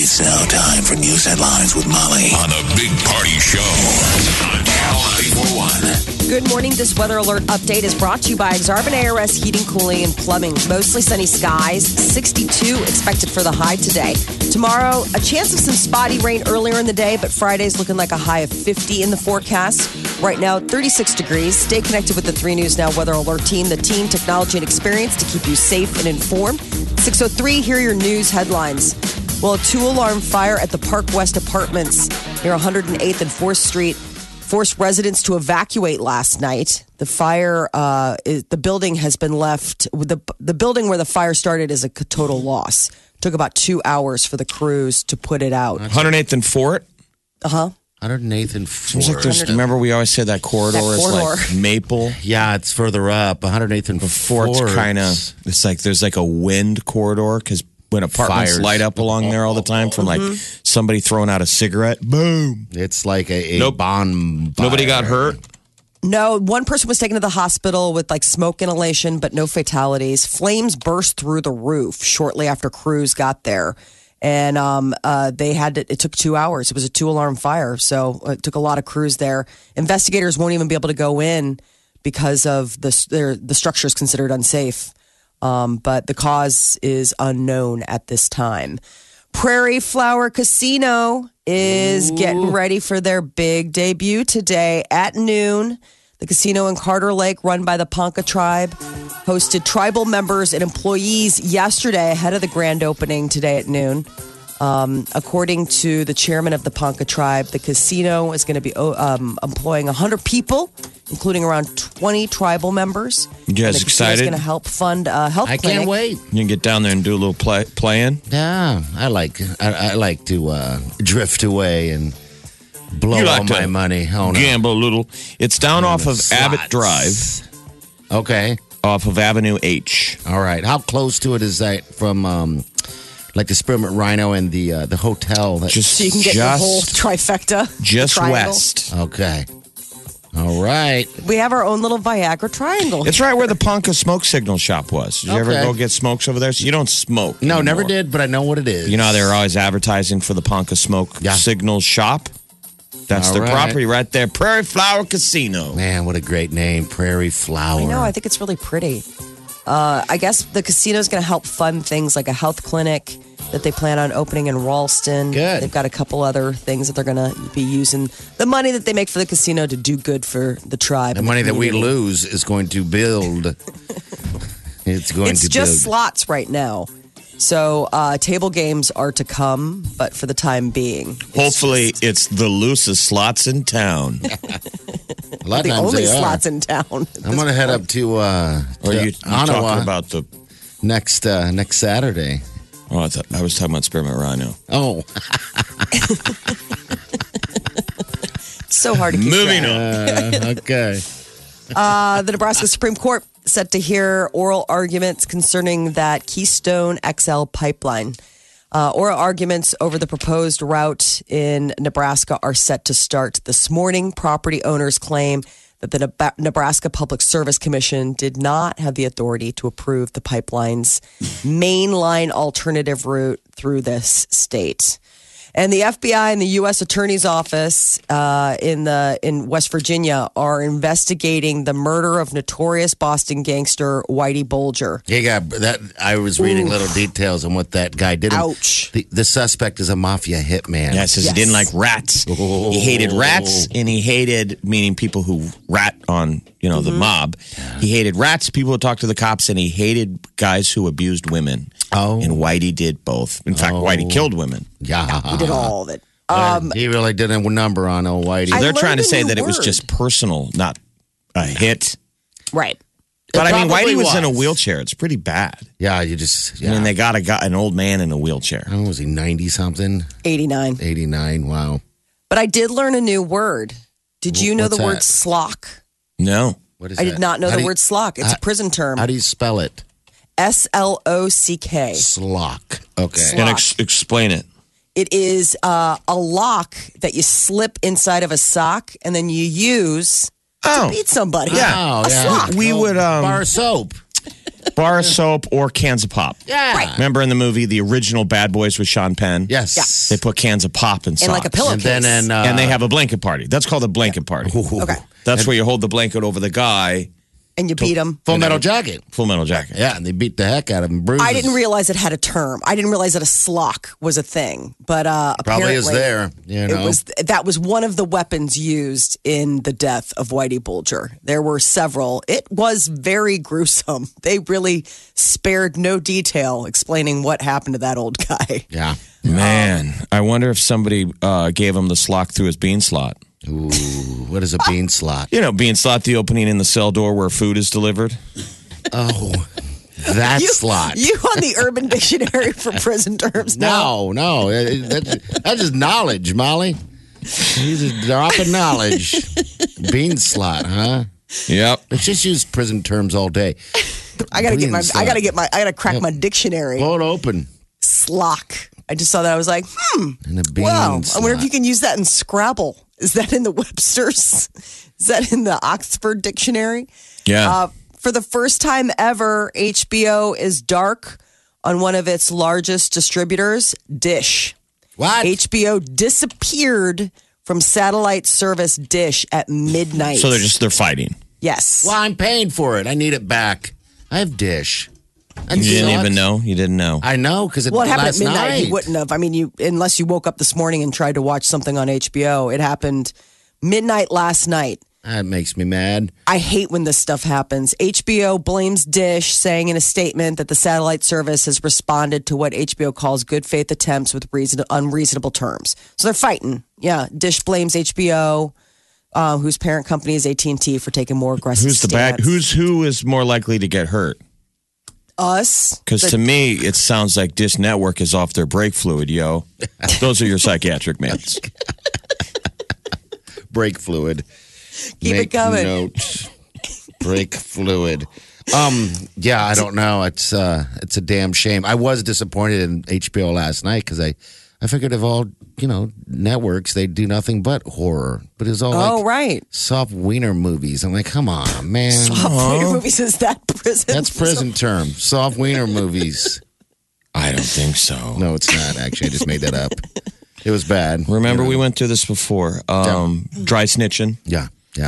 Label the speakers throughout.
Speaker 1: It's now time for news headlines with Molly on a big party show on Channel 941.
Speaker 2: Good morning. This weather alert update is brought to you by Exarban ARS Heating, Cooling, and Plumbing. Mostly sunny skies, 62 expected for the high today. Tomorrow, a chance of some spotty rain earlier in the day, but Friday's looking like a high of 50 in the forecast. Right now, 36 degrees. Stay connected with the 3 News Now Weather Alert team, the team, technology, and experience to keep you safe and informed. 603, here are your news headlines. Well, a two alarm fire at the Park West Apartments near 108th and 4th Street forced residents to evacuate last night. The fire, uh, is, the building has been left, the, the building where the fire started is a c- total loss. Took about two hours for the crews to put it out. Uh-huh.
Speaker 3: 108th and Fort.
Speaker 4: 108th and
Speaker 3: It's like there's,
Speaker 4: 4th.
Speaker 3: remember we always said that corridor
Speaker 2: That
Speaker 3: is like
Speaker 2: corridor.
Speaker 3: maple.
Speaker 4: yeah, it's further up. 108th and 4th.
Speaker 3: Fort's kind of it's like there's like a wind corridor because when apartments
Speaker 4: Fires.
Speaker 3: light up along there all the time from like
Speaker 2: Mm-hmm.
Speaker 3: somebody throwing out a cigarette, boom.
Speaker 4: It's like a, a
Speaker 3: Nope.
Speaker 4: bomb.
Speaker 3: Nobody got hurt.
Speaker 2: No, one person was taken to the hospital with like smoke inhalation, but no fatalities. Flames burst through the roof shortly after crews got there. And um, uh, they had to, it took two hours. It was a two alarm fire. So it took a lot of crews there. Investigators won't even be able to go in because of the, their, the structure is considered unsafe. Um, but the cause is unknown at this time. Prairie Flower Casino is getting ready for their big debut today at noon. The casino in Carter Lake, run by the Ponca tribe, hosted tribal members and employees yesterday ahead of the grand opening today at noon. Um, according to the chairman of the Ponca tribe, the casino is going to be oh, um, employing 100 people, including around 20 tribal members.
Speaker 3: You
Speaker 2: And
Speaker 3: guys
Speaker 2: the casino is
Speaker 3: excited?
Speaker 2: going to help fund a health
Speaker 4: I
Speaker 2: clinic.
Speaker 4: can't wait.
Speaker 3: You can get down there and do a little play, playing.
Speaker 4: Yeah, I like I, I like to uh, drift away and blow
Speaker 3: You like
Speaker 4: all my
Speaker 3: to
Speaker 4: money. Oh, no.
Speaker 3: Gamble a little. It's down off of Abbott Drive,
Speaker 4: Slots. Okay.
Speaker 3: off of Avenue H.
Speaker 4: All right. How close to it is that from um, like the Spearmint Rhino and the uh, the hotel? That,
Speaker 3: Just
Speaker 2: So you can get your whole
Speaker 3: just,
Speaker 2: trifecta.
Speaker 3: just
Speaker 2: the triangle.
Speaker 3: west.
Speaker 4: okay. All right.
Speaker 2: We have our own little Viagra triangle.
Speaker 3: It's right where the Ponca smoke signal shop was. Did you ever
Speaker 4: Okay.
Speaker 3: go get smokes over there? So you don't smoke.
Speaker 4: No, never
Speaker 3: anymore.
Speaker 4: did, but I know what it is.
Speaker 3: You know, how they're always advertising for the Ponca Smoke
Speaker 4: Yeah.
Speaker 3: Signal Shop. That's
Speaker 4: All
Speaker 3: their
Speaker 4: right.
Speaker 3: property right there, Prairie Flower Casino.
Speaker 4: Man, what a great name, Prairie Flower.
Speaker 2: I know. I think it's really pretty. Uh, I guess the casino is going to help fund things like a health clinic that they plan on opening in Ralston.
Speaker 4: Good.
Speaker 2: They've got a couple other things that they're going to be using the money that they make for the casino to do good for the tribe.
Speaker 4: the money that we lose is going to build. it's going
Speaker 2: It's
Speaker 4: to
Speaker 2: just
Speaker 4: build.
Speaker 2: slots right now. So uh, table games are to come, but for the time being,
Speaker 3: Hopefully, it's the loosest slots in town.
Speaker 4: a lot
Speaker 2: the
Speaker 4: of times
Speaker 2: only
Speaker 4: they are.
Speaker 2: slots in town.
Speaker 4: I'm going to head up to uh,
Speaker 3: Or
Speaker 4: to
Speaker 3: you, you
Speaker 4: Ottawa
Speaker 3: talking about the?
Speaker 4: next uh, next Saturday.
Speaker 3: Oh, I thought I was talking about Spearmint Rhino.
Speaker 4: Oh,
Speaker 2: It's so hard to keep track.
Speaker 3: Moving on.
Speaker 4: uh, okay.
Speaker 2: Uh, the Nebraska Supreme Court set to hear oral arguments concerning that Keystone XL pipeline. Uh, oral arguments over the proposed route in Nebraska are set to start this morning. Property owners claim that the Neb- Nebraska Public Service Commission did not have the authority to approve the pipeline's mainline alternative route through this state. And the FBI and the U.S. Attorney's Office uh, in the in West Virginia are investigating the murder of notorious Boston gangster Whitey Bulger.
Speaker 4: He got that. I was reading little details on what that guy did.
Speaker 2: Ouch.
Speaker 4: The, the suspect is a mafia hitman.
Speaker 3: Yeah, it says
Speaker 2: Yes.
Speaker 3: he didn't like rats. He
Speaker 4: Oh.
Speaker 3: hated rats, and he hated meaning people who rat on you know the
Speaker 4: Mm-hmm.
Speaker 3: mob. He hated rats, people who talked to the cops, and he hated guys who abused women.
Speaker 4: Oh.
Speaker 3: and Whitey did both. In fact, Whitey killed women.
Speaker 4: Yeah.
Speaker 2: He did all of it. Uh,
Speaker 4: he really did a number on old Whitey.
Speaker 2: I-
Speaker 3: They're trying
Speaker 2: learned
Speaker 3: to
Speaker 2: a
Speaker 3: say
Speaker 2: new
Speaker 3: that it was
Speaker 2: word.
Speaker 3: just personal, not a hit.
Speaker 2: Right.
Speaker 3: But I mean,
Speaker 4: probably
Speaker 3: Whitey was, in a
Speaker 4: was.
Speaker 3: wheelchair. It's pretty bad.
Speaker 4: Yeah, you just. Yeah.
Speaker 3: And then they got a guy, an old man in a wheelchair.
Speaker 4: I don't know, was he 90 something?
Speaker 2: 89.
Speaker 4: 89. Wow.
Speaker 2: But I did learn a new word. Did you know
Speaker 4: What's
Speaker 2: the word
Speaker 4: that?
Speaker 2: slock?
Speaker 3: No.
Speaker 4: What is
Speaker 2: I
Speaker 4: that?
Speaker 2: did not know
Speaker 4: How
Speaker 2: the
Speaker 4: do you-
Speaker 2: word slock. It's a
Speaker 4: how-
Speaker 2: prison term.
Speaker 4: How do you spell it?
Speaker 2: S L O C K.
Speaker 4: Slock. Okay.
Speaker 2: Slock.
Speaker 3: And ex- explain it.
Speaker 2: It is uh, a lock that you slip inside of a sock and then you use
Speaker 3: Oh,
Speaker 2: to beat somebody.
Speaker 3: Yeah.
Speaker 4: Oh,
Speaker 2: a
Speaker 4: yeah.
Speaker 2: slock.
Speaker 3: We would, um,
Speaker 4: Bar soap.
Speaker 3: bar soap or cans of pop.
Speaker 4: Yeah.
Speaker 3: Remember in the movie, the original Bad Boys with Sean Penn?
Speaker 4: Yes.
Speaker 3: They put cans of pop in
Speaker 2: And like a
Speaker 3: socks.
Speaker 2: pillow
Speaker 4: And then, and, uh,
Speaker 3: and they have a blanket party. That's called a blanket party.
Speaker 2: Okay.
Speaker 3: That's where you hold the blanket over the guy,
Speaker 2: And you beat them.
Speaker 4: Full Metal Jacket.
Speaker 3: full metal jacket.
Speaker 4: Yeah, and they beat the heck out of him. Bruises.
Speaker 2: I didn't realize it had a term. I didn't realize that a slock was a thing, but uh, apparently
Speaker 4: Probably is there. You know.
Speaker 2: It was that was one of the weapons used in the death of Whitey Bulger. There were several. It was very gruesome. They really spared no detail explaining what happened to that old guy.
Speaker 4: yeah.
Speaker 3: Man, I wonder if somebody uh, gave him the slot through his bean slot.
Speaker 4: Ooh, what is a bean slot?
Speaker 3: You know, bean slot, the opening in the cell door where food is delivered.
Speaker 4: Oh, that
Speaker 2: You-
Speaker 4: slot.
Speaker 2: You on the Urban Dictionary for prison terms now?
Speaker 4: no, no. it- it- That's, that's just knowledge, Molly. He's just dropping knowledge. bean slot, huh?
Speaker 3: Yep.
Speaker 4: Let's just use prison terms all day.
Speaker 2: I gotta get my.
Speaker 4: Bean
Speaker 2: I gotta
Speaker 4: slot.
Speaker 2: get my. I gotta crack my dictionary.
Speaker 4: Blow it open.
Speaker 2: Slock. I just saw that. I was like, hmm.
Speaker 4: And a bean
Speaker 2: Wow. I
Speaker 4: slot.
Speaker 2: wonder if you can use that in Scrabble. Is that in the Webster's? Is that in the Oxford Dictionary?
Speaker 3: Yeah.
Speaker 2: Uh, for the first time ever, HBO is dark on one of its largest distributors, Dish.
Speaker 4: What?
Speaker 2: HBO disappeared from satellite service Dish at midnight.
Speaker 3: so they're just, they're fighting.
Speaker 2: yes.
Speaker 4: well, I'm paying for it. I need it back. I have dish. I
Speaker 3: You didn't even know? You didn't know.
Speaker 4: I know because it
Speaker 2: Well, it happened
Speaker 4: last
Speaker 2: at midnight.
Speaker 4: night.
Speaker 2: You wouldn't have. I mean, you unless you woke up this morning and tried to watch something on HBO. It happened midnight last night.
Speaker 4: That makes me mad.
Speaker 2: I hate when this stuff happens. HBO blames Dish, saying in a statement that the satellite service has responded to what HBO calls good faith attempts with reason- unreasonable terms. So they're fighting. Yeah, Dish blames HBO, uh, whose parent company is AT and T, for taking more aggressive.
Speaker 3: Who's the
Speaker 2: stance.
Speaker 3: bad? Who's who is more likely to get hurt?
Speaker 2: us?
Speaker 3: Because to me, it sounds like Dish Network is off their brake fluid, yo. Those are your psychiatric meds.
Speaker 4: Brake fluid.
Speaker 2: Keep it
Speaker 4: Make
Speaker 2: coming.
Speaker 4: Note. Brake fluid. Um. Yeah, I don't know. It's uh. It's a damn shame. I was disappointed in HBO last night because I, I figured of all you know networks they do nothing but horror, but it's all
Speaker 2: Oh,
Speaker 4: like
Speaker 2: right.
Speaker 4: soft wiener movies. I'm like, come on, man.
Speaker 2: Your movies is that prison?
Speaker 4: That's prison term. Soft wiener movies.
Speaker 3: I don't think so.
Speaker 4: No, it's not. Actually, I just made that up. It was bad.
Speaker 3: Remember, we went through this before. Um, Dry snitching.
Speaker 4: Yeah. Yeah.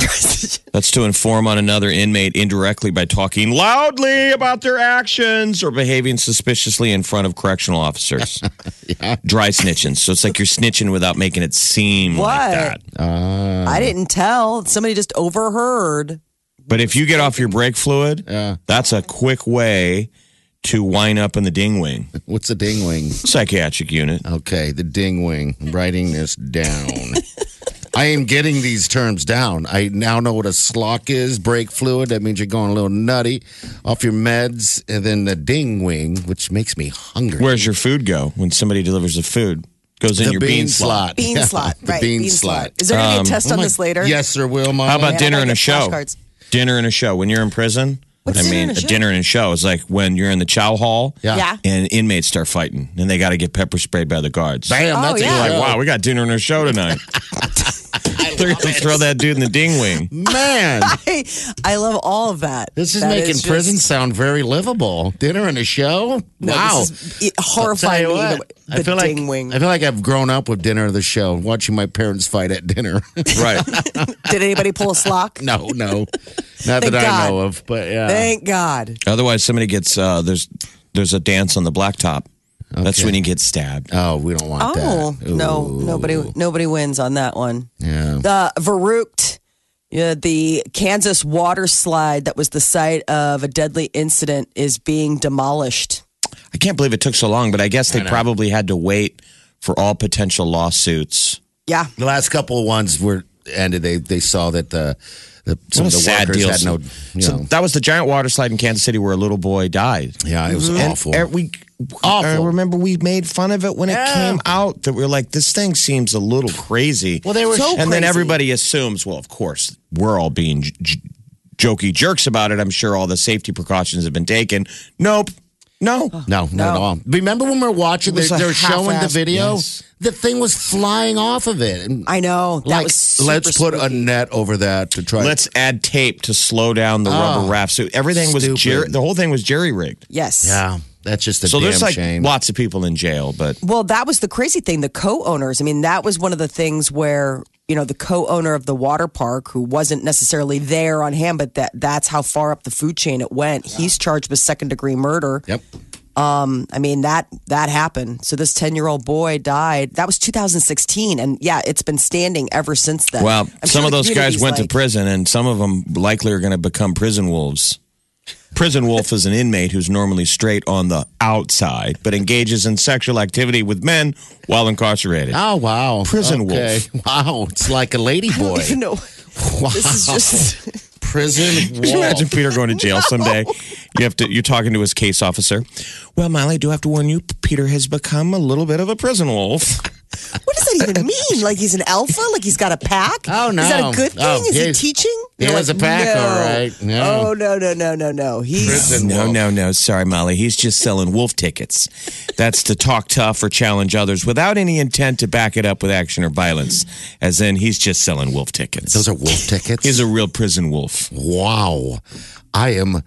Speaker 3: That's to inform on another inmate indirectly by talking loudly about their actions or behaving suspiciously in front of correctional officers. Dry snitching. So it's like you're snitching without making it seem like
Speaker 2: What?
Speaker 3: that.
Speaker 2: I didn't tell. Somebody just overheard.
Speaker 3: But if you get off your brake fluid, that's a quick way to wind up in the ding wing
Speaker 4: What's a ding wing?
Speaker 3: psychiatric unit.
Speaker 4: Okay, the ding wing. I'm writing this down. I am getting these terms down. I now know what a slock is, brake fluid. That means you're going a little nutty off your meds. And then the ding wing, which makes me hungry.
Speaker 3: Where's your food go when somebody delivers the food? Goes in
Speaker 4: the
Speaker 3: your
Speaker 4: bean, slot?
Speaker 2: Bean
Speaker 4: Yeah,
Speaker 2: slot.
Speaker 4: The
Speaker 2: right.
Speaker 4: bean, slot. Um, Oh
Speaker 2: Is there going to be a test on this later?
Speaker 4: Yes, sir, Will.
Speaker 3: How about
Speaker 2: I
Speaker 3: dinner
Speaker 2: gotta
Speaker 3: and a
Speaker 2: get
Speaker 3: show?
Speaker 2: flashcards.
Speaker 3: Dinner and a show. When you're in prison,
Speaker 2: What's
Speaker 3: I
Speaker 2: dinner
Speaker 3: mean,
Speaker 2: and a show?
Speaker 3: dinner and a show is like when you're in the chow hall
Speaker 4: Yeah.
Speaker 2: Yeah.
Speaker 3: and inmates start fighting and they got to get pepper sprayed by the guards.
Speaker 4: Bam,
Speaker 2: Oh,
Speaker 4: that's
Speaker 2: yeah.
Speaker 4: a
Speaker 3: Like,
Speaker 4: show.
Speaker 3: wow, we got dinner and a show tonight. They're going to throw that dude in the ding wing.
Speaker 4: Man,
Speaker 2: I, I love all of that.
Speaker 4: this is
Speaker 2: That
Speaker 4: making
Speaker 2: just-
Speaker 4: prison sound very livable. Dinner and a show?
Speaker 2: No,
Speaker 4: wow.
Speaker 2: This is it
Speaker 4: I'll tell
Speaker 2: horrifying.
Speaker 4: you
Speaker 2: me,
Speaker 4: what,
Speaker 2: the, the
Speaker 4: I feel
Speaker 2: ding
Speaker 4: like
Speaker 2: wing.
Speaker 4: I feel like I've grown up with dinner of the show, watching my parents fight at dinner.
Speaker 3: Right.
Speaker 2: Did anybody pull a slock?
Speaker 4: no, no, not that
Speaker 2: Thank
Speaker 4: I
Speaker 2: God.
Speaker 4: know of. But yeah,
Speaker 2: Thank God.
Speaker 3: Otherwise, somebody gets, uh, there's, there's a dance on the blacktop. That's
Speaker 4: Okay.
Speaker 3: when you get stabbed.
Speaker 4: oh, we don't want
Speaker 2: Oh
Speaker 4: that.
Speaker 2: no,
Speaker 4: Ooh,
Speaker 2: nobody nobody wins on that one.
Speaker 4: Yeah,
Speaker 2: The Verrucht, yeah, the Kansas water slide that was the site of a deadly incident is being demolished.
Speaker 3: I can't believe it took so long, but I guess they probably had to wait for all potential lawsuits.
Speaker 2: Yeah.
Speaker 4: the last couple of ones were ended. They they saw that the the, some of
Speaker 3: What a
Speaker 4: the
Speaker 3: sad
Speaker 4: walkers
Speaker 3: deal.
Speaker 4: had no, you
Speaker 3: So
Speaker 4: know.
Speaker 3: that was the giant water slide in Kansas City where a little boy died.
Speaker 4: Yeah, it was
Speaker 2: Mm-hmm.
Speaker 4: awful.
Speaker 2: er-
Speaker 3: And er, we I
Speaker 4: Awful.
Speaker 3: remember we made fun of it when it
Speaker 4: Yeah.
Speaker 3: came out that we were like, this thing seems a little crazy.
Speaker 4: Well, they were- So
Speaker 3: and then
Speaker 2: crazy.
Speaker 3: everybody assumes, well, of course, we're all being j- j- jokey jerks about it. I'm sure all the safety precautions have been taken. Nope. No.
Speaker 4: No, not at all. Remember when we were watching, they,
Speaker 3: was a
Speaker 4: they were showing the
Speaker 3: half-assed-
Speaker 4: video?
Speaker 3: Yes.
Speaker 4: The thing was flying off of it. And
Speaker 2: I know. That
Speaker 4: like,
Speaker 2: was super
Speaker 4: let's put a
Speaker 2: spooky.
Speaker 4: net over that to try.
Speaker 3: Let's add tape to slow down the rubber wrap. So everything was
Speaker 4: Ah. stupid.
Speaker 3: jer- the whole thing was jerry rigged.
Speaker 2: Yes.
Speaker 4: yeah, that's just a
Speaker 3: So
Speaker 4: damn
Speaker 3: there's like
Speaker 4: shame.
Speaker 3: lots of people in jail, but
Speaker 2: Well, that was the crazy thing. The co-owners. I mean, that was one of the things where you know the co-owner of the water park, who wasn't necessarily there on hand, but that that's how far up the food chain it went. He's charged with second degree murder.
Speaker 4: Yep.
Speaker 2: I mean that that happened. So this ten year old boy died. That was 2016, and yeah, it's been standing ever since then.
Speaker 3: well,
Speaker 2: I'm
Speaker 3: some
Speaker 2: sure
Speaker 3: of
Speaker 2: the
Speaker 3: those guys
Speaker 2: community's
Speaker 3: went to
Speaker 2: like,
Speaker 3: prison, and some of them likely are going to become prison wolves. Prison wolf is an inmate who's normally straight on the outside, but engages in sexual activity with men while incarcerated.
Speaker 4: Oh, wow.
Speaker 3: Prison
Speaker 4: okay. wolf. Wow. It's like a lady
Speaker 2: I
Speaker 4: boy.
Speaker 2: don't even know.
Speaker 4: Wow.
Speaker 2: This is just
Speaker 4: Prison
Speaker 3: Could you
Speaker 4: wolf.
Speaker 3: imagine Peter going to jail someday? You have to. You're talking to his case officer. Well, Molly, I do have to warn you. Peter has become a little bit of a prison wolf.
Speaker 2: what does that even mean? Like he's an alpha? Like he's got a pack?
Speaker 4: Oh, no.
Speaker 2: Is that a good thing?
Speaker 4: Oh,
Speaker 2: is he
Speaker 4: he's-
Speaker 2: teaching?
Speaker 4: he
Speaker 2: You're
Speaker 4: has a pack,
Speaker 2: no.
Speaker 4: all right. No.
Speaker 2: Oh no no no no no. He's
Speaker 4: Prison
Speaker 3: No,
Speaker 4: wolf.
Speaker 3: no, no. Sorry, Molly. He's just selling wolf tickets. That's to talk tough or challenge others without any intent to back it up with action or violence. As in, he's just selling wolf tickets.
Speaker 4: Those are wolf tickets.
Speaker 3: he's a real prison wolf.
Speaker 4: wow. I am.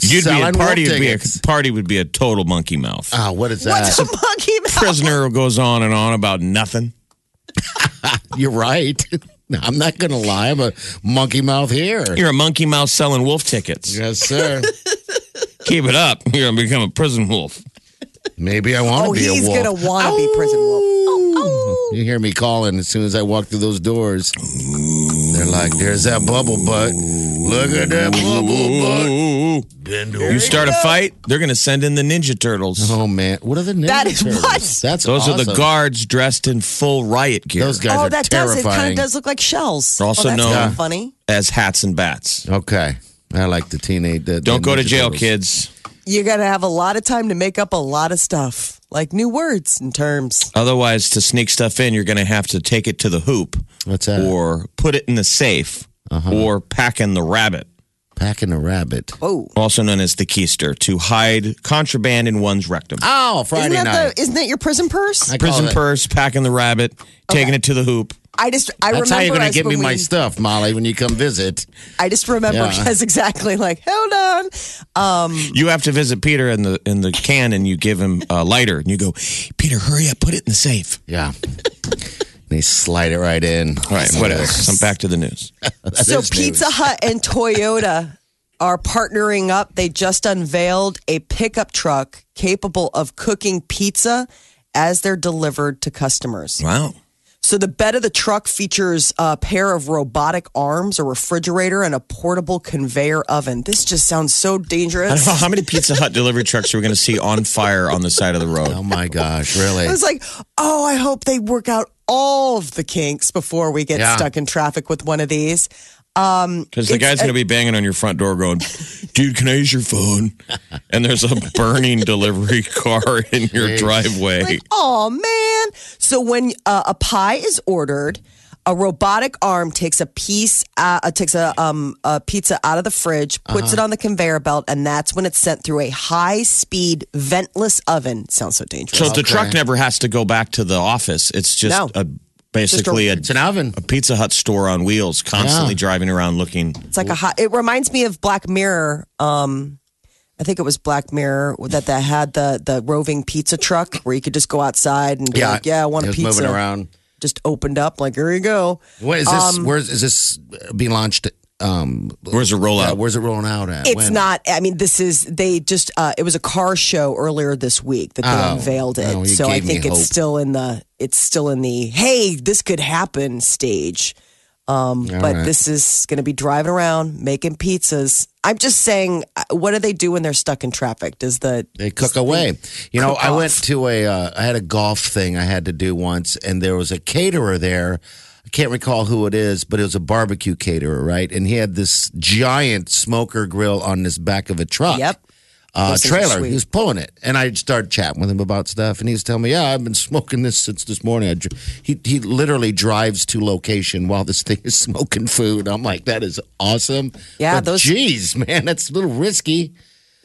Speaker 3: You'd be
Speaker 4: selling
Speaker 3: a
Speaker 4: wolf
Speaker 3: party. Would be a,
Speaker 4: tickets.
Speaker 3: party would be a total monkey mouth.
Speaker 4: Ah, what is that?
Speaker 2: what's a monkey mouth?
Speaker 3: Prisoner goes on and on about nothing.
Speaker 4: You're right. I'm not going to lie. I'm a monkey mouth here.
Speaker 3: You're a monkey mouth selling wolf tickets.
Speaker 4: yes, sir.
Speaker 3: Keep it up. You're gonna become a prison wolf.
Speaker 4: Maybe I want to
Speaker 2: Oh,
Speaker 4: be
Speaker 2: he's
Speaker 4: a wolf.
Speaker 2: gonna want to be prison wolf.
Speaker 4: You hear me calling as soon as I walk through those doors. They're like, there's that bubble butt. Look at that bubble butt.
Speaker 3: Ooh,
Speaker 4: Bend
Speaker 3: you
Speaker 4: over.
Speaker 3: start a fight, they're gonna send in the Ninja Turtles.
Speaker 4: Oh, man. What are the ninja
Speaker 2: That is
Speaker 4: turtles?
Speaker 2: what?
Speaker 4: That's
Speaker 3: Those are the
Speaker 4: awesome.
Speaker 3: guards dressed in full riot gear.
Speaker 4: Those guys
Speaker 2: oh,
Speaker 4: are
Speaker 2: that does. It
Speaker 4: terrifying.
Speaker 2: kind of does look like shells.
Speaker 3: Also
Speaker 2: oh, that's
Speaker 3: known-
Speaker 2: kinda funny.
Speaker 3: as hats and bats.
Speaker 4: Okay. I like the teenage. The,
Speaker 3: Don't
Speaker 4: the
Speaker 3: go to
Speaker 4: Ninja
Speaker 3: jail,
Speaker 4: Turtles.
Speaker 3: kids.
Speaker 2: You're gonna have a lot of time to make up a lot of stuff, like new words and terms.
Speaker 3: Otherwise, to sneak stuff in, you're going to have to take it to the hoop
Speaker 4: What's that? Uh-huh.
Speaker 3: or put it in the safe or pack in the rabbit,
Speaker 4: Packing a rabbit.
Speaker 2: Oh,
Speaker 3: also known as the keister, to hide contraband in one's rectum.
Speaker 4: Oh,
Speaker 2: isn't
Speaker 4: Friday night.
Speaker 2: that, the, isn't that your prison purse? I,
Speaker 4: I call
Speaker 3: Prison
Speaker 4: that-
Speaker 3: purse, packing the rabbit, taking it to the hoop.
Speaker 2: just I
Speaker 4: That's
Speaker 2: remember
Speaker 4: how you're going
Speaker 2: us
Speaker 4: to get me
Speaker 2: when
Speaker 4: my
Speaker 2: we-
Speaker 4: stuff, Molly, when you come visit.
Speaker 2: I just remember
Speaker 4: Yeah.
Speaker 2: that's exactly like hold on.
Speaker 3: You have to visit Peter in the in the can, and you give him a lighter, and you go, Peter, hurry up, put it in the safe.
Speaker 4: Yeah. they slide it right in.
Speaker 3: All right, what else? I'm back to the news.
Speaker 2: so
Speaker 4: is news.
Speaker 2: Pizza Hut and Toyota are partnering up. They just unveiled a pickup truck capable of cooking pizza as they're delivered to customers.
Speaker 3: Wow.
Speaker 2: So the bed of the truck features a pair of robotic arms, a refrigerator, and a portable conveyor oven. This just sounds so
Speaker 3: I don't
Speaker 2: dangerous.
Speaker 3: know how many Pizza Hut delivery trucks are we going to see on fire on the side of the road.
Speaker 4: Oh, my gosh. Really?
Speaker 2: I was like, oh, I hope they work out all of the kinks before we get
Speaker 4: Yeah.
Speaker 2: stuck in traffic with one of these.
Speaker 3: Because the guy's going to be banging on your front door going, dude, can I use your phone? And there's a burning delivery car in your driveway.
Speaker 2: Like, oh man. So when uh, a pie is ordered, a robotic arm takes a piece, uh, uh, takes a, um, a pizza out of the fridge, puts
Speaker 4: Uh-huh.
Speaker 2: it on the conveyor belt, and that's when it's sent through a high speed ventless oven. Sounds so dangerous.
Speaker 3: so the truck never has to go back to the office. It's just
Speaker 2: No.
Speaker 3: a, basically
Speaker 4: it's
Speaker 3: a,
Speaker 4: an oven.
Speaker 3: a Pizza Hut store on wheels, constantly
Speaker 4: Yeah.
Speaker 3: driving around looking.
Speaker 2: it's like a hot. It reminds me of Black Mirror. Um, I think it was Black Mirror that that had the the roving pizza truck where you could just go outside and be
Speaker 4: Yeah.
Speaker 2: like, yeah, I want a
Speaker 4: Just
Speaker 2: pizza.
Speaker 4: moving around.
Speaker 2: Just opened up like here you go.
Speaker 4: What is this?
Speaker 2: Um,
Speaker 4: where's is this being launched? Um,
Speaker 3: Where's the rollout?
Speaker 4: uh, where's it rolling out at?
Speaker 2: It's
Speaker 4: When?
Speaker 2: not. I mean, this is they just. Uh, it was a car show earlier this week that they
Speaker 4: Oh.
Speaker 2: unveiled it.
Speaker 4: Oh, you
Speaker 2: so I
Speaker 4: gave me
Speaker 2: think it's
Speaker 4: hope.
Speaker 2: still in the. It's still in the. Hey, this could happen stage. Um, but
Speaker 4: right.
Speaker 2: this is going to be driving around making pizzas. I'm just saying, uh, what do they do when they're stuck in traffic? Does the
Speaker 4: They cook away. You know,
Speaker 2: cook
Speaker 4: I
Speaker 2: off.
Speaker 4: went to a. Uh, I had a golf thing I had to do once, and there was a caterer there. I can't recall who it is, but it was a barbecue caterer, right? And he had this giant smoker grill on this back of a truck
Speaker 2: Yep.
Speaker 4: uh,
Speaker 2: Those things are
Speaker 4: trailer.
Speaker 2: sweet.
Speaker 4: He was pulling it, and I started chatting with him about stuff, and he was telling me, "Yeah, I've been smoking this since this morning." I dr- he he literally drives to location while this thing is smoking food. I'm like, "That is awesome."
Speaker 2: Yeah,
Speaker 4: but
Speaker 2: those-
Speaker 4: Geez, man, that's a little risky.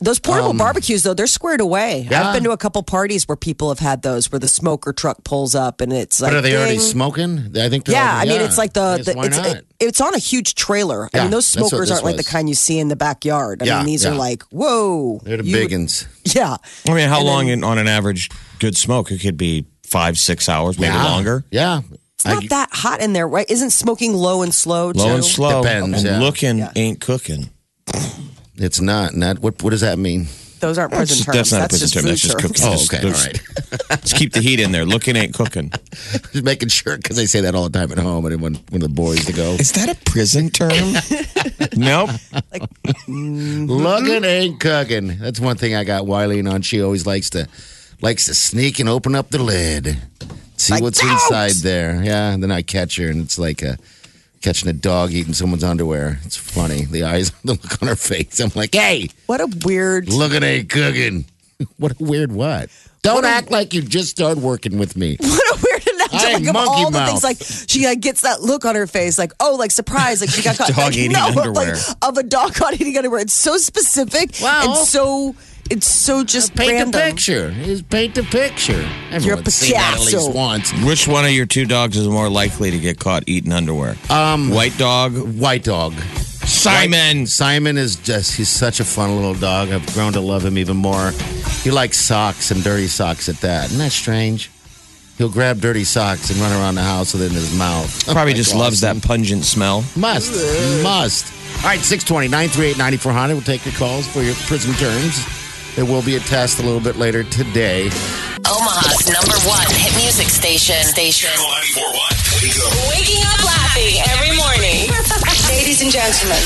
Speaker 2: Those portable barbecues, though, they're squared away.
Speaker 4: Um, Yeah.
Speaker 2: I've been to a couple parties where people have had those where the smoker truck pulls up and it's like.
Speaker 4: But are they already
Speaker 2: ding.
Speaker 4: smoking? I think. They're
Speaker 2: Yeah, I
Speaker 4: already-
Speaker 2: mean, it's like
Speaker 4: I
Speaker 2: the,
Speaker 4: guess
Speaker 2: the
Speaker 4: why
Speaker 2: it's,
Speaker 4: not?
Speaker 2: it- it's on a huge trailer. I
Speaker 4: Yeah,
Speaker 2: mean, those
Speaker 4: that's what
Speaker 2: smokers
Speaker 4: this
Speaker 2: aren't like the
Speaker 4: was.
Speaker 2: kind you see in the backyard. I
Speaker 4: Yeah,
Speaker 2: mean, these are
Speaker 4: yeah.
Speaker 2: like, whoa.
Speaker 4: They're the
Speaker 2: you-
Speaker 4: biggins.
Speaker 2: Yeah.
Speaker 3: I mean, how long in, on an average good smoke? It could be five, six hours, maybe
Speaker 4: yeah.
Speaker 3: longer.
Speaker 4: Yeah,
Speaker 2: It's not that hot in there, right? Isn't smoking low and slow too?
Speaker 3: Low and slow. and
Speaker 4: Depends, yeah.
Speaker 3: looking ain't cooking.
Speaker 4: it's not. Not what? What does that mean?
Speaker 2: Those aren't present terms.
Speaker 3: That's, that's not a prison term. That's
Speaker 2: food
Speaker 3: just
Speaker 2: terms.
Speaker 3: cooking.
Speaker 4: Oh,
Speaker 3: Just-
Speaker 4: okay, all
Speaker 3: there's-
Speaker 4: right.
Speaker 3: Just keep the heat in there. Looking ain't cooking.
Speaker 4: Just making sure because they say that all the time at home. I didn't want one of the boys to go.
Speaker 3: Is that a prison term? nope.
Speaker 4: Looking ain't cooking. That's one thing I got Wileen on. She always likes to likes to sneak and open up the lid, see
Speaker 2: Like
Speaker 4: what's
Speaker 2: dogs.
Speaker 4: inside there. Yeah, and then I catch her, and it's like a catching a dog eating someone's underwear. It's funny. The eyes, the look on her face. I'm like, hey,
Speaker 2: What a weird.
Speaker 4: looking ain't cooking. What a weird what? Don't act like you just started working with me.
Speaker 2: What a weird analogy.
Speaker 4: I
Speaker 2: Like
Speaker 4: am
Speaker 2: of
Speaker 4: monkey
Speaker 2: all the
Speaker 4: mouth.
Speaker 2: things, like she like, gets that look on her face, like oh, like surprise, like she got caught.
Speaker 3: Dog
Speaker 2: like,
Speaker 3: eating
Speaker 2: no,
Speaker 3: underwear.
Speaker 2: like of a dog caught eating underwear. It's so specific
Speaker 4: Well-
Speaker 2: and so it's so just
Speaker 4: Paint the
Speaker 2: random.
Speaker 4: picture. Just paint the picture.
Speaker 2: You're
Speaker 4: Everyone's seen that at least
Speaker 2: Picasso.
Speaker 4: once.
Speaker 3: Which one of your two dogs is more likely to get caught eating underwear? Um, White dog,
Speaker 4: White dog.
Speaker 3: Simon.
Speaker 4: Simon is just, he's such a fun little dog. I've grown to love him even more. He likes socks and dirty socks at that. Isn't that strange? He'll grab dirty socks and run around the house with it in his mouth.
Speaker 3: Probably just loves that pungent smell.
Speaker 4: Must. Must. All right, 620 938 9400. We'll take your calls for your prison terms. There will be a test a little bit later today.
Speaker 5: Omaha's number one hit music station. Station.
Speaker 1: Channel 94.1. Wake up.
Speaker 5: Waking up laughing every morning. Ladies and gentlemen,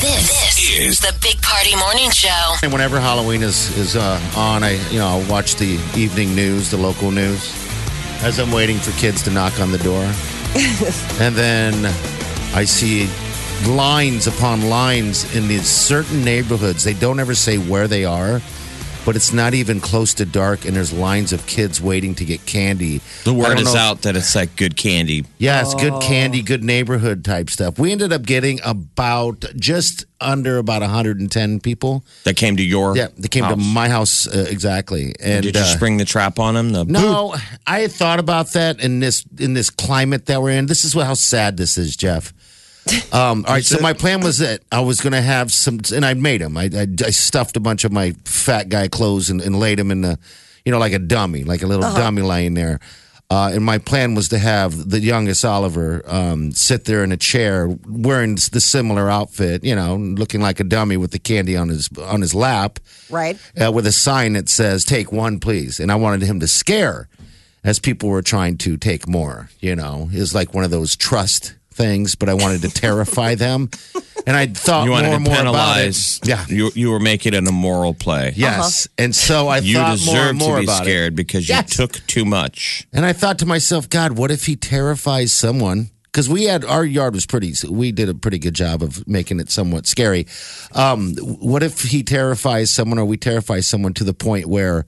Speaker 5: this, is the Big Party Morning Show.
Speaker 4: And whenever Halloween is is uh, on, I you know I'll watch the evening news, the local news, as I'm waiting for kids to knock on the door, and then I see lines upon lines in these certain neighborhoods. They don't ever say where they are, but it's not even close to dark, and there's lines of kids waiting to get candy.
Speaker 3: The
Speaker 4: I
Speaker 3: word
Speaker 4: don't
Speaker 3: is
Speaker 4: know-
Speaker 3: out that it's like good candy.
Speaker 4: yeah, it's good candy, good neighborhood type stuff. We ended up getting about just under about 110 people.
Speaker 3: That came to your
Speaker 4: Yeah, they came to
Speaker 3: house.
Speaker 4: my house uh, exactly, and
Speaker 3: Did you
Speaker 4: uh,
Speaker 3: spring the trap on him? The
Speaker 4: no, I had thought about that in this in this climate that we're in. This is what, how sad this is, Jeff. Um, all right, so my plan was that I was going to have some, and I made them. I, I, I stuffed a bunch of my fat guy clothes and, and laid them in the, you know, like a dummy, like a little
Speaker 3: Uh-huh.
Speaker 4: dummy laying there. Uh, and my plan was to have the youngest Oliver um, sit there in a chair wearing the similar outfit, you know, looking like a dummy with the candy on his on his lap
Speaker 2: Right.
Speaker 4: uh, with a sign that says "Take one, please," and I wanted him to scare as people were trying to take more. You know, it was like one of those trust things, but I wanted to terrify them, and I thought
Speaker 3: you
Speaker 4: more
Speaker 3: wanted
Speaker 4: and
Speaker 3: to
Speaker 4: more about it.
Speaker 3: penalize.
Speaker 4: Yeah,
Speaker 3: you you were making it a moral play.
Speaker 4: yes, and so I
Speaker 3: you
Speaker 4: thought more
Speaker 3: deserve
Speaker 4: and more
Speaker 3: to be
Speaker 4: about it.
Speaker 3: scared because
Speaker 4: Yes.
Speaker 3: you took too much.
Speaker 4: And I thought to myself, God, what if he terrifies someone? Because we had our yard was pretty, we did a pretty good job of making it somewhat scary. Um, what if he terrifies someone, or we terrify someone to the point where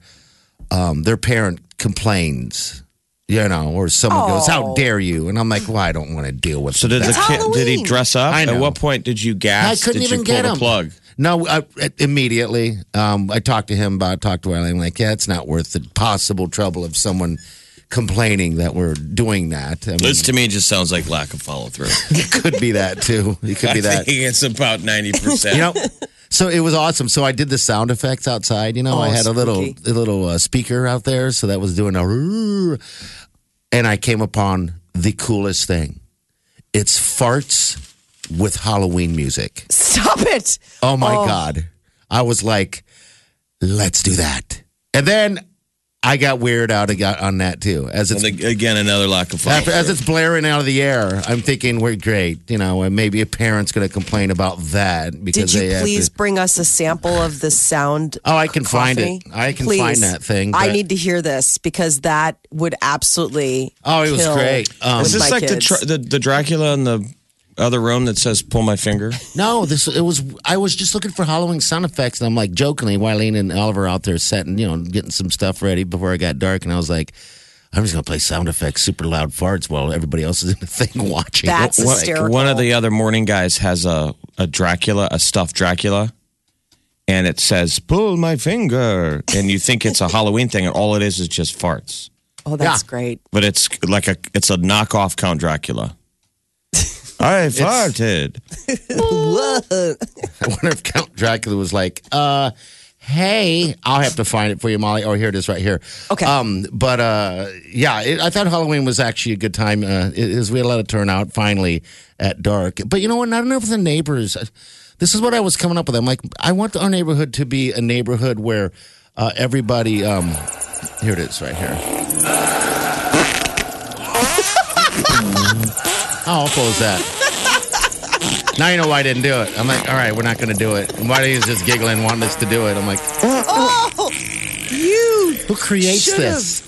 Speaker 4: um, their parent complains, you know, or someone goes, "How dare you?" And I'm like, "Well, I don't want to deal with."
Speaker 3: So did
Speaker 4: that."
Speaker 3: the kid? Did he
Speaker 2: Halloween.
Speaker 3: dress up?
Speaker 4: I know.
Speaker 3: At what point did you
Speaker 4: I
Speaker 3: gas?
Speaker 4: couldn't
Speaker 3: did
Speaker 4: even
Speaker 3: you pull
Speaker 4: get
Speaker 3: the
Speaker 4: him.
Speaker 3: plug?
Speaker 4: No, I, immediately. Um, I talked to him about. it, Talked to Wiley. I'm like, yeah, it's not worth the possible trouble of someone complaining that we're doing that. I mean,
Speaker 3: This to me just sounds like lack of follow through.
Speaker 4: It could be that too. It could be
Speaker 3: I
Speaker 4: that.
Speaker 3: think it's about ninety percent.
Speaker 4: You know. So it was awesome. So I did the sound effects outside. You know, I had a little a little uh, speaker out there, so that was doing a. "Rrrr." And I came upon the coolest thing. It's farts with Halloween music.
Speaker 2: Stop it.
Speaker 4: Oh my god! I was like, let's do that. And then I got weird out ag- on that too. As it's
Speaker 3: And again, another lack of follow
Speaker 4: after, as it's blaring out of the air, I'm thinking we're great, you know, and maybe a parent's going to complain about that because
Speaker 2: Did you
Speaker 4: they have
Speaker 2: please
Speaker 4: to,
Speaker 2: bring us a sample of the sound?
Speaker 4: Oh, I can find
Speaker 2: coffee?
Speaker 4: it. I can
Speaker 2: Please.
Speaker 4: find that thing,
Speaker 2: I
Speaker 4: but-
Speaker 2: need to hear this because that would absolutely.
Speaker 4: Oh, it was
Speaker 2: kill
Speaker 4: great. Um,
Speaker 2: with
Speaker 3: Is
Speaker 2: my
Speaker 3: this like the,
Speaker 2: kids.
Speaker 3: tr- the the Dracula in the other room that says "pull my finger"?
Speaker 4: No, this it was. I was just looking for Halloween sound effects, and I'm like jokingly, Wileen and Oliver out there setting, you know, getting some stuff ready before it got dark, and I was like, I'm just gonna play sound effects, super loud farts, while everybody else is in the thing watching.
Speaker 2: That's
Speaker 4: Like,
Speaker 2: hysterical.
Speaker 3: One of the other morning guys has a a Dracula, a stuffed Dracula, and it says "pull my finger," and you think it's a Halloween thing, and all it is is just farts.
Speaker 2: oh, that's
Speaker 4: Yeah.
Speaker 2: great.
Speaker 3: But it's like a it's a knockoff Count Dracula. I farted.
Speaker 4: I wonder if Count Dracula was like, uh, hey, I'll have to find it for you, Molly. Oh, here it is right here.
Speaker 2: Okay.
Speaker 4: Um, but uh, yeah, it, I thought Halloween was actually a good time. Uh, it, it was, we had a lot of turnout finally at dark. But you know what? Not enough of the neighbors. Uh, This is what I was coming up with. I'm like, I want our neighborhood to be a neighborhood where uh, everybody. Um, here it is right here. How awful is that? Now you know why I didn't do it. I'm like, all right, we're not going to do it. And why is just giggling, wanting us to do it? I'm like,
Speaker 2: Oh, you
Speaker 4: who creates
Speaker 2: Should've.
Speaker 4: this?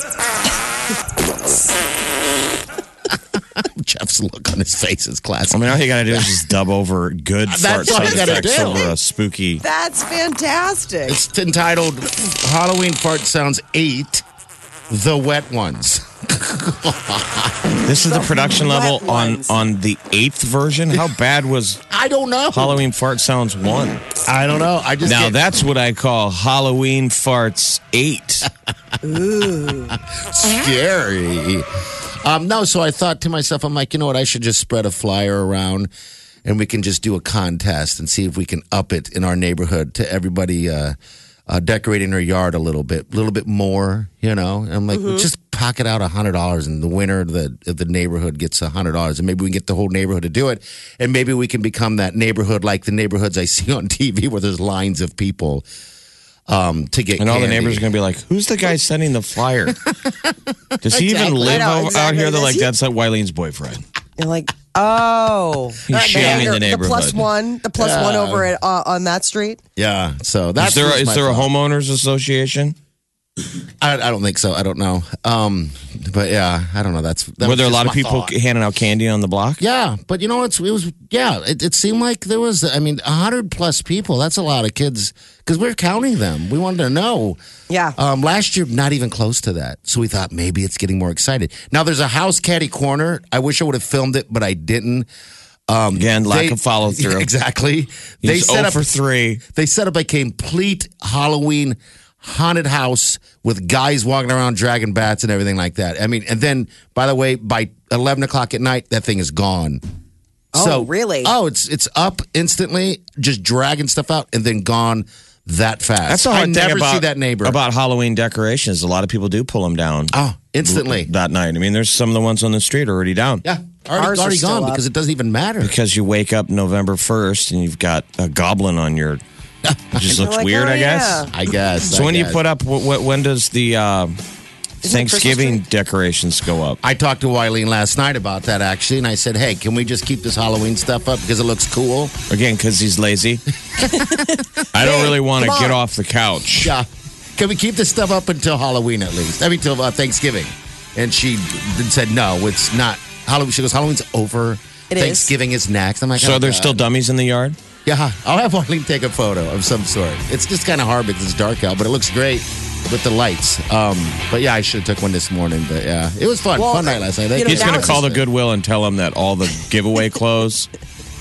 Speaker 4: Jeff's look on his face is
Speaker 3: I
Speaker 4: classic.
Speaker 3: mean, all you gotta do is just dub over good fart
Speaker 4: That's all
Speaker 3: sound
Speaker 4: you gotta
Speaker 3: effects
Speaker 4: do.
Speaker 3: over a spooky.
Speaker 2: That's fantastic.
Speaker 4: It's entitled Halloween Fart Sounds 8 The Wet Ones.
Speaker 3: This is the production
Speaker 2: wet
Speaker 3: level on
Speaker 2: ones.
Speaker 3: on the eighth version. How bad was
Speaker 4: I don't know.
Speaker 3: Halloween Fart Sounds one?
Speaker 4: I don't know. I just
Speaker 3: Now
Speaker 4: get-
Speaker 3: that's what I call Halloween farts eight.
Speaker 4: scary. Um, no, so I thought to myself, I'm like, you know what? I should just spread a flyer around, and we can just do a contest and see if we can up it in our neighborhood to everybody uh, uh, decorating their yard a little bit, a little bit more. You know, and I'm like, just pocket out a hundred dollars, and the winner of the of the neighborhood gets a hundred dollars, and maybe we can get the whole neighborhood to do it, and maybe we can become that neighborhood like the neighborhoods I see on TV where there's lines of people. Um, to get
Speaker 3: And all the
Speaker 4: candy.
Speaker 3: neighbors are going to be like, who's the guy sending the flyer? Does he even
Speaker 4: Exactly.
Speaker 3: live
Speaker 2: I know,
Speaker 3: over, out
Speaker 2: exactly.
Speaker 3: here? They're
Speaker 2: Does
Speaker 3: like,
Speaker 2: he-
Speaker 3: that's like Wileen's boyfriend.
Speaker 2: You're like, oh,
Speaker 3: He's shaming the
Speaker 2: the plus
Speaker 3: neighborhood.
Speaker 2: one, the plus one over at uh, on that street.
Speaker 4: yeah. So
Speaker 3: Is
Speaker 4: that's
Speaker 3: there, a,
Speaker 4: who's
Speaker 3: is
Speaker 4: my
Speaker 3: there a
Speaker 4: thought.
Speaker 3: homeowners association
Speaker 4: I, I don't think so. I don't know. Um, but yeah, I don't know. That's that
Speaker 3: where
Speaker 4: was
Speaker 3: there are a lot
Speaker 4: just
Speaker 3: of
Speaker 4: my
Speaker 3: people
Speaker 4: thought.
Speaker 3: handing out candy on the block?
Speaker 4: Yeah, but you know it's it was yeah. It, it seemed like there was. I mean, hundred plus people. That's a lot of kids because we're counting them. We wanted to know.
Speaker 2: Yeah.
Speaker 4: Um, last year, not even close to that. So we thought maybe it's getting more excited. Now there's a house caddy corner. I wish I would have filmed it, but I didn't.
Speaker 3: Again, lack
Speaker 4: They-
Speaker 3: of follow through.
Speaker 4: Exactly.
Speaker 3: He's
Speaker 4: they set
Speaker 3: 0
Speaker 4: up
Speaker 3: for 3.
Speaker 4: they set up a complete Halloween haunted house with guys walking around dragging bats and everything like that. I mean, and then by the way, by eleven o'clock at night, that thing is gone.
Speaker 2: Oh, really?
Speaker 4: Oh, it's it's up instantly, just dragging stuff out and then gone that fast.
Speaker 3: That's the
Speaker 4: I
Speaker 3: hard
Speaker 4: never
Speaker 3: thing about,
Speaker 4: see that neighbor.
Speaker 3: about Halloween decorations. A lot of people do pull them down
Speaker 4: oh, instantly.
Speaker 3: that night. I mean, there's some of the ones on the street already down.
Speaker 4: Yeah, already,
Speaker 2: Ours are
Speaker 4: already
Speaker 2: still
Speaker 4: gone
Speaker 2: up.
Speaker 4: because it doesn't even matter.
Speaker 3: Because you wake up November 1st and you've got a goblin on your. It just looks
Speaker 2: like,
Speaker 3: weird,
Speaker 2: oh,
Speaker 3: I guess.
Speaker 2: yeah.
Speaker 4: I guess.
Speaker 3: So
Speaker 4: I
Speaker 3: when do you
Speaker 4: guess.
Speaker 3: put up? What, what when does the uh, Thanksgiving decorations go up?
Speaker 4: I talked to Wileen last night about that actually, and I said, "Hey, can we just keep this Halloween stuff up because it looks cool?"
Speaker 3: Again, because he's lazy. I don't really want to
Speaker 4: come
Speaker 3: get
Speaker 4: on.
Speaker 3: off the couch.
Speaker 4: Yeah. Can we keep this stuff up until Halloween at least? I mean, till uh, Thanksgiving. And she d- said, no, it's not Halloween. She goes, Halloween's over.
Speaker 2: It is.
Speaker 4: Thanksgiving is. next. I'm like,
Speaker 3: So
Speaker 4: oh,
Speaker 3: there's still
Speaker 4: God.
Speaker 3: dummies in the yard.
Speaker 4: Yeah. I'll have Arlene take a photo of some sort. It's just kind of hard because it's dark out, but it looks great with the lights. Um, but yeah, I should have took one this morning. But yeah, it was fun.
Speaker 2: Well,
Speaker 4: fun night last night. Thank
Speaker 2: you know,
Speaker 4: you.
Speaker 3: He's
Speaker 2: now
Speaker 3: going to
Speaker 2: it's
Speaker 3: call the Goodwill and tell them that all the giveaway clothes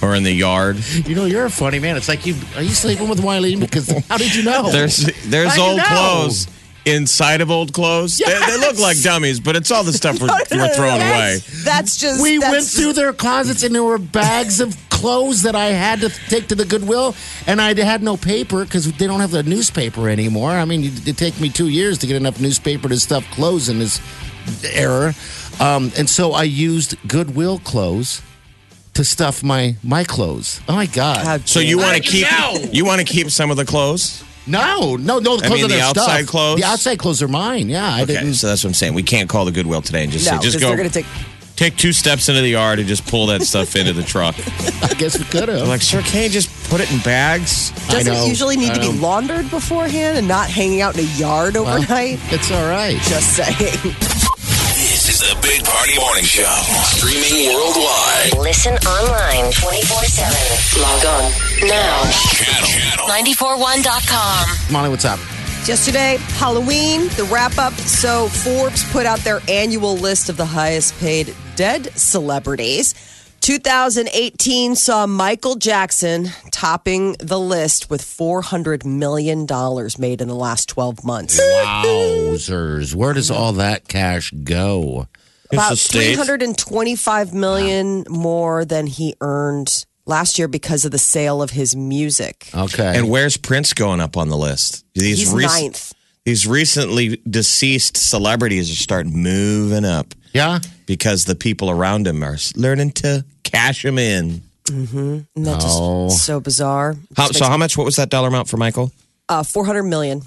Speaker 3: are in the yard.
Speaker 4: You know, you're a funny man. It's like, you are you sleeping with Wileen? Because how did you know?
Speaker 3: There's
Speaker 4: How
Speaker 3: there's
Speaker 4: do you
Speaker 3: old
Speaker 4: know?
Speaker 3: clothes inside of old clothes. They, they look like dummies, but it's all the stuff we're, we're throwing away.
Speaker 2: That's, that's just
Speaker 4: We
Speaker 2: that's,
Speaker 4: went through their closets and there were bags of clothes that I had to take to the Goodwill, and I had no paper because they don't have the newspaper anymore. I mean, it, it take me two years to get enough newspaper to stuff clothes in this error, um, and so I used Goodwill clothes to stuff my my clothes. Oh my god!
Speaker 2: How
Speaker 3: So you want to keep you want to keep some of the clothes?
Speaker 4: No, no, no. The
Speaker 3: I
Speaker 4: clothes
Speaker 3: mean,
Speaker 4: are
Speaker 3: the
Speaker 4: their
Speaker 3: outside
Speaker 4: stuff.
Speaker 3: clothes?
Speaker 4: The outside clothes are mine. Yeah, I
Speaker 3: Okay,
Speaker 4: didn't.
Speaker 3: so that's what I'm saying. We can't call the Goodwill today and just
Speaker 2: No,
Speaker 3: say, just
Speaker 2: 'cause
Speaker 3: go
Speaker 2: they're going to take.
Speaker 3: take two steps into the yard and just pull that stuff into the truck.
Speaker 4: I guess we could have.
Speaker 3: I'm like, sir, can't you just put it in bags?
Speaker 4: I
Speaker 2: Doesn't
Speaker 4: know,
Speaker 2: it usually need
Speaker 4: I
Speaker 2: to be
Speaker 4: know.
Speaker 2: laundered beforehand and not hanging out in a yard
Speaker 4: Well,
Speaker 2: overnight?
Speaker 4: it's all right.
Speaker 2: Just saying.
Speaker 1: This is the Big Party Morning Show. Streaming worldwide.
Speaker 5: Listen online 24 7. Log on now.
Speaker 1: Channel, channel
Speaker 5: 941.com.
Speaker 4: Molly, what's up?
Speaker 2: Yesterday, Halloween, the wrap up. So Forbes put out their annual list of the highest paid dead celebrities. 2018 saw Michael Jackson topping the list with $400 million made in the last 12 months.
Speaker 4: Wowzers! Where does all that cash go?
Speaker 3: the
Speaker 2: About
Speaker 3: state.
Speaker 2: 325 million more than he earned last year because of the sale of his music.
Speaker 4: Okay.
Speaker 3: And where's Prince going up on the list? These
Speaker 2: He's
Speaker 3: rec-
Speaker 2: ninth.
Speaker 3: These recently deceased celebrities are starting moving up
Speaker 4: yeah.
Speaker 3: because the people around them are learning to cash them in.
Speaker 2: Isn't that just
Speaker 4: Oh.
Speaker 2: so bizarre?
Speaker 3: How, so, how much? What was that dollar amount for Michael?
Speaker 2: Uh, 400 million.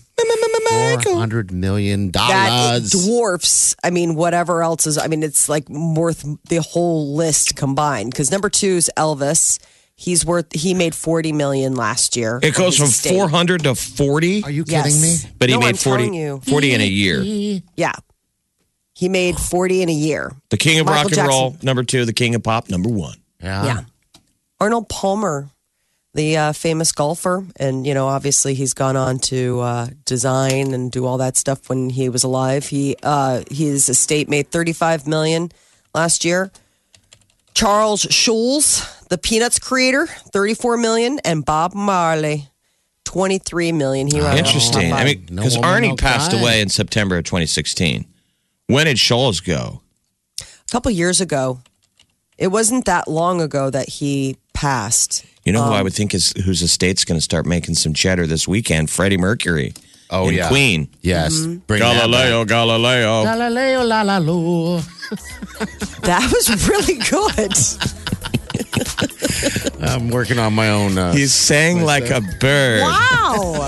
Speaker 4: Four hundred million
Speaker 2: that it
Speaker 4: dollars.
Speaker 2: dwarfs i mean whatever else is i mean it's like worth the whole list combined because number two is elvis he's worth he made 40 million last year
Speaker 3: It goes from
Speaker 2: His estate.
Speaker 3: 400 to 40,
Speaker 4: Are you
Speaker 2: Yes.
Speaker 4: kidding me?
Speaker 3: but he
Speaker 2: No,
Speaker 3: made
Speaker 2: I'm telling
Speaker 3: 40,
Speaker 2: you.
Speaker 3: 40 in a year.
Speaker 2: yeah he made 40 in a year
Speaker 3: The king of rock
Speaker 2: Michael
Speaker 3: and roll, number two. The king of pop, number one.
Speaker 4: Yeah.
Speaker 2: yeah arnold palmer the uh, famous golfer and you know obviously he's gone on to uh, design and do all that stuff when he was alive he uh, his estate made 35 million last year Charles Schulz, the Peanuts creator, 34 million, and Bob Marley, 23 million. He wrote
Speaker 3: Interesting. I mean,
Speaker 4: Oh, No
Speaker 3: because
Speaker 4: woman,
Speaker 3: Arnie
Speaker 4: no
Speaker 3: passed
Speaker 4: guy.
Speaker 3: away in September of 2016. When did Scholes go?
Speaker 2: a couple years ago. It wasn't that long ago that he passed.
Speaker 3: You know who
Speaker 2: Um,
Speaker 3: I would think is whose estate's going to start making some cheddar this weekend? Freddie Mercury.
Speaker 4: Oh,
Speaker 3: and
Speaker 4: yeah.
Speaker 3: Queen.
Speaker 4: Yes.
Speaker 2: Mm-hmm.
Speaker 4: Bring that back.
Speaker 3: Galileo, Galileo.
Speaker 4: Galileo, la la lo.
Speaker 2: That was really good.
Speaker 4: I'm working on my own. Uh,
Speaker 3: He sang like a bird.
Speaker 2: wow.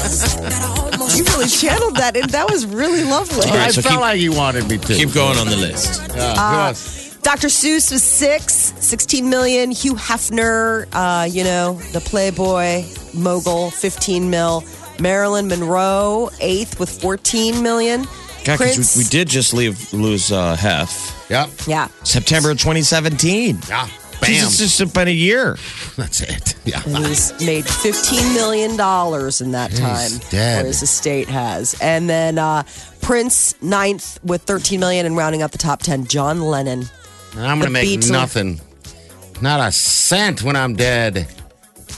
Speaker 2: You really channeled that, and that was really lovely.
Speaker 4: I
Speaker 3: so
Speaker 4: felt
Speaker 3: keep-
Speaker 4: like you wanted me to.
Speaker 3: Keep going on the list.
Speaker 4: Yeah, who
Speaker 2: Uh,
Speaker 4: else?
Speaker 2: Dr. Seuss was six, 16 million. Hugh Hefner, uh, you know, the Playboy mogul, 15 mil. Marilyn Monroe, eighth with 14 million.
Speaker 3: God, 'cause
Speaker 2: Prince,
Speaker 3: we, we did just leave lose uh, Hef.
Speaker 4: Yep.
Speaker 2: yeah,
Speaker 3: September of 2017.
Speaker 4: Yeah. Bam.
Speaker 3: It's just about a year.
Speaker 4: That's it. Yeah.
Speaker 2: and he's made 15 million dollars in that time.
Speaker 4: dead.
Speaker 2: Or his estate has, and then uh, Prince ninth with 13 million, and rounding out the top 10, John Lennon.
Speaker 4: And I'm gonna
Speaker 2: The
Speaker 4: make
Speaker 2: Beatles.
Speaker 4: nothing. Not a cent when I'm dead.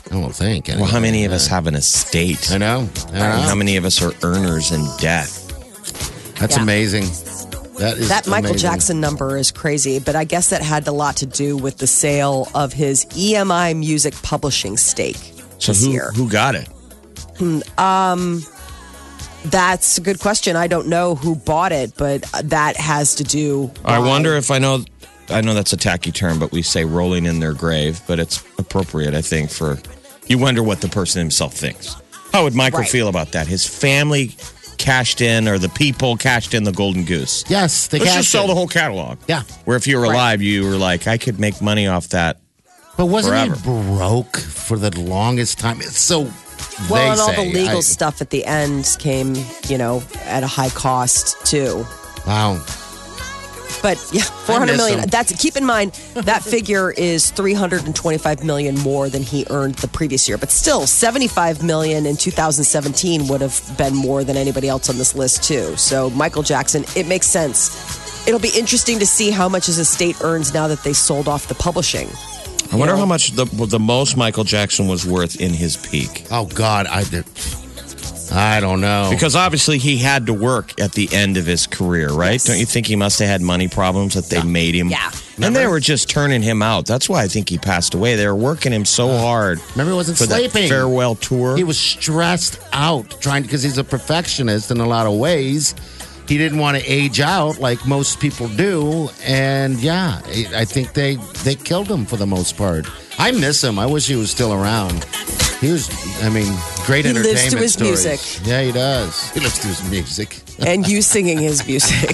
Speaker 4: I don't think.
Speaker 3: Well,
Speaker 4: anyway.
Speaker 3: how many of us have an estate?
Speaker 4: I know. I
Speaker 3: And
Speaker 4: know.
Speaker 3: How many of us are earners in death?
Speaker 4: That's
Speaker 2: Yeah.
Speaker 4: amazing. That is
Speaker 2: That Michael
Speaker 4: amazing.
Speaker 2: Jackson number is crazy, but I guess that had a lot to do with the sale of his EMI Music Publishing stake
Speaker 3: So
Speaker 2: this
Speaker 3: who
Speaker 2: year.
Speaker 3: who got it?
Speaker 2: That's a good question. I don't know who bought it, but that has to do.
Speaker 3: I
Speaker 2: why-
Speaker 3: wonder if I know. I know that's a tacky term, but we say rolling in their grave, but it's appropriate, I think. For you wonder what the person himself thinks. How would Michael
Speaker 2: Right.
Speaker 3: feel about that? His family cashed in, or the people cashed in the golden goose.
Speaker 4: Yes, they
Speaker 3: Let's
Speaker 4: cashed
Speaker 3: just sell
Speaker 4: it.
Speaker 3: the whole catalog.
Speaker 4: Yeah.
Speaker 3: Where if you were alive, you were like, I could make money off that.
Speaker 4: But wasn't he
Speaker 3: forever.
Speaker 4: broke for the longest time? It's so.
Speaker 2: Well,
Speaker 4: they
Speaker 2: and all
Speaker 4: say.
Speaker 2: the legal
Speaker 4: I-
Speaker 2: stuff at the end came, you know, at a high cost too.
Speaker 4: Wow.
Speaker 2: But yeah, four hundred
Speaker 4: miss
Speaker 2: million.
Speaker 4: him.
Speaker 2: That's keep in mind that figure is three hundred and twenty-five million more than he earned the previous year. But still, seventy-five million in two thousand seventeen would have been more than anybody else on this list too. So Michael Jackson, it makes sense. It'll be interesting to see how much his estate earns now that they sold off the publishing.
Speaker 3: I wonder how much the the most Michael Jackson was worth in his peak,
Speaker 4: Oh God, I did. I don't know.
Speaker 3: because obviously he had to work at the end of his career, right? Don't you think he must have had money problems that they made him?
Speaker 2: Yeah.
Speaker 3: and they were just turning him out. That's why I think he passed away. They were working him so hard.
Speaker 4: remember, he wasn't
Speaker 3: for that
Speaker 4: sleeping.
Speaker 3: farewell tour.
Speaker 4: he was stressed out trying because he's a perfectionist in a lot of ways. He didn't want to age out like most people do, and yeah, I- I think they they killed him for the most part. I miss him. I wish he was still around. He was, I mean, great
Speaker 2: He lives
Speaker 4: entertainment
Speaker 2: to his
Speaker 4: stories.
Speaker 2: music.
Speaker 4: Yeah, he does. He lives to his music.
Speaker 2: and you singing his music.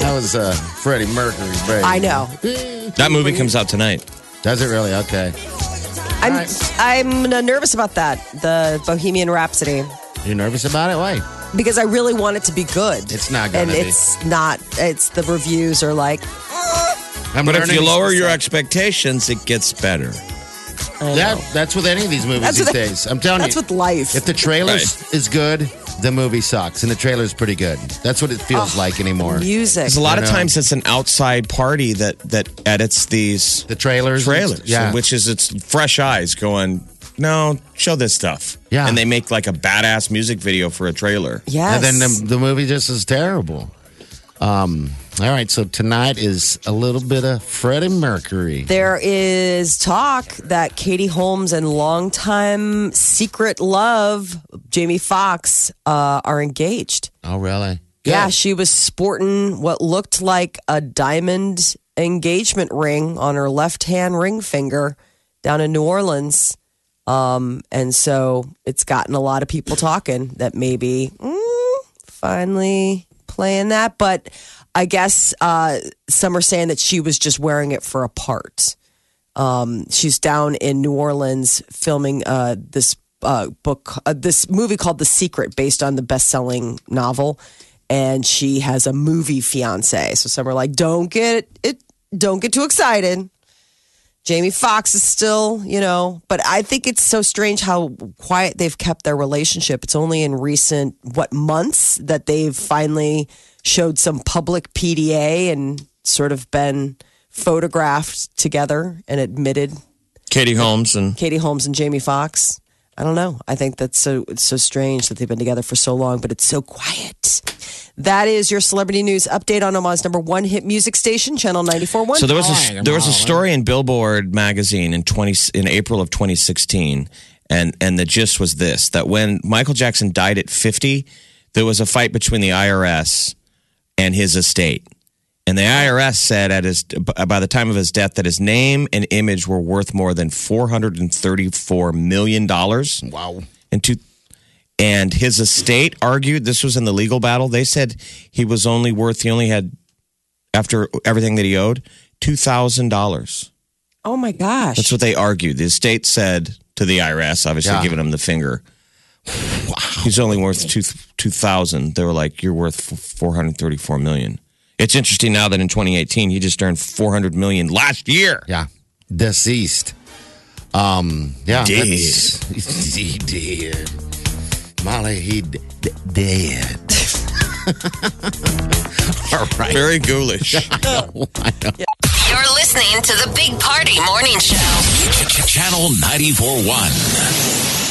Speaker 4: That was uh, Freddie Mercury's baby.
Speaker 2: I know.
Speaker 3: That movie comes out tonight.
Speaker 4: Does it really? Okay.
Speaker 2: I'm I'm uh, nervous about that. The Bohemian Rhapsody
Speaker 4: You nervous about it? Why?
Speaker 2: because I really want it to be good.
Speaker 4: It's not
Speaker 2: and
Speaker 4: gonna be.
Speaker 2: it's not. It's the reviews are like
Speaker 4: I'm
Speaker 3: But if
Speaker 4: learning-
Speaker 3: you lower your Oh, expectations, it gets better.
Speaker 4: that, that's with any of these movies
Speaker 2: That's
Speaker 4: these
Speaker 2: with-
Speaker 4: days. I'm telling
Speaker 2: that's
Speaker 4: you,
Speaker 2: with life.
Speaker 4: if the trailer is good, the movie sucks, and the trailer's pretty good. That's what it feels like anymore.
Speaker 2: music.
Speaker 3: Because a lot
Speaker 4: I
Speaker 3: of
Speaker 4: know.
Speaker 3: times it's an outside party that that edits these
Speaker 4: the trailers,
Speaker 3: trailers,
Speaker 4: yeah,
Speaker 3: which is it's fresh eyes going. No, show this stuff.
Speaker 4: Yeah.
Speaker 3: and they make like a badass music video for a trailer.
Speaker 2: Yes.
Speaker 4: and then the, the movie just is terrible. Um. All right, so tonight is a little bit of Freddie Mercury.
Speaker 2: There is talk that Katie Holmes and longtime secret love Jamie Foxx uh, are engaged.
Speaker 4: Oh, really?
Speaker 2: Yeah,
Speaker 4: Good.
Speaker 2: she was sporting what looked like a diamond engagement ring on her left hand ring finger down in New Orleans. Um, and so it's gotten a lot of people talking that maybe mm, finally playing that. But I guess uh, some are saying that she was just wearing it for a part. Um, she's down in New Orleans filming uh, this uh, book, uh, this movie called The Secret, based on the best-selling novel, and she has a movie fiance. So some are like, "Don't get it, don't get too excited." Jamie Foxx is still, you know, but I think it's so strange how quiet they've kept their relationship. It's only in recent what months that they've finally showed some public PDA and sort of been photographed together and admitted
Speaker 3: Katie Holmes and
Speaker 2: Katie Holmes and Jamie Foxx. I don't know. I think that's so it's so strange that they've been together for so long, but it's so quiet. That is your celebrity news update on Omaha's number one hit music station, Channel 94.1.
Speaker 3: so there was a there was a story in Billboard magazine in twenty in April of 2016, and and the gist was this: that when Michael Jackson died at 50, there was a fight between the IRS and his estate, and the IRS said at his uh, by the time of his death that his name and image were worth more than 434 million dollars.
Speaker 4: Wow.
Speaker 3: and two and his estate argued this was in the legal battle they said he was only worth he only had after everything that he owed $2000
Speaker 2: oh my gosh.
Speaker 3: that's what they argued the estate said to the irs obviously
Speaker 4: Yeah.
Speaker 3: giving him the finger he's only worth two, 2000 they were like you're worth f- 434 million it's interesting now that in 2018 he just earned 400 million last year
Speaker 4: Yeah. Deceased. Um, yeah.
Speaker 3: Dead.
Speaker 4: that's- He did. Molly, he d- d- dead. All right.
Speaker 3: very ghoulish
Speaker 5: You're listening to the Big Party Morning Show.
Speaker 1: Ch- ch- Channel 941.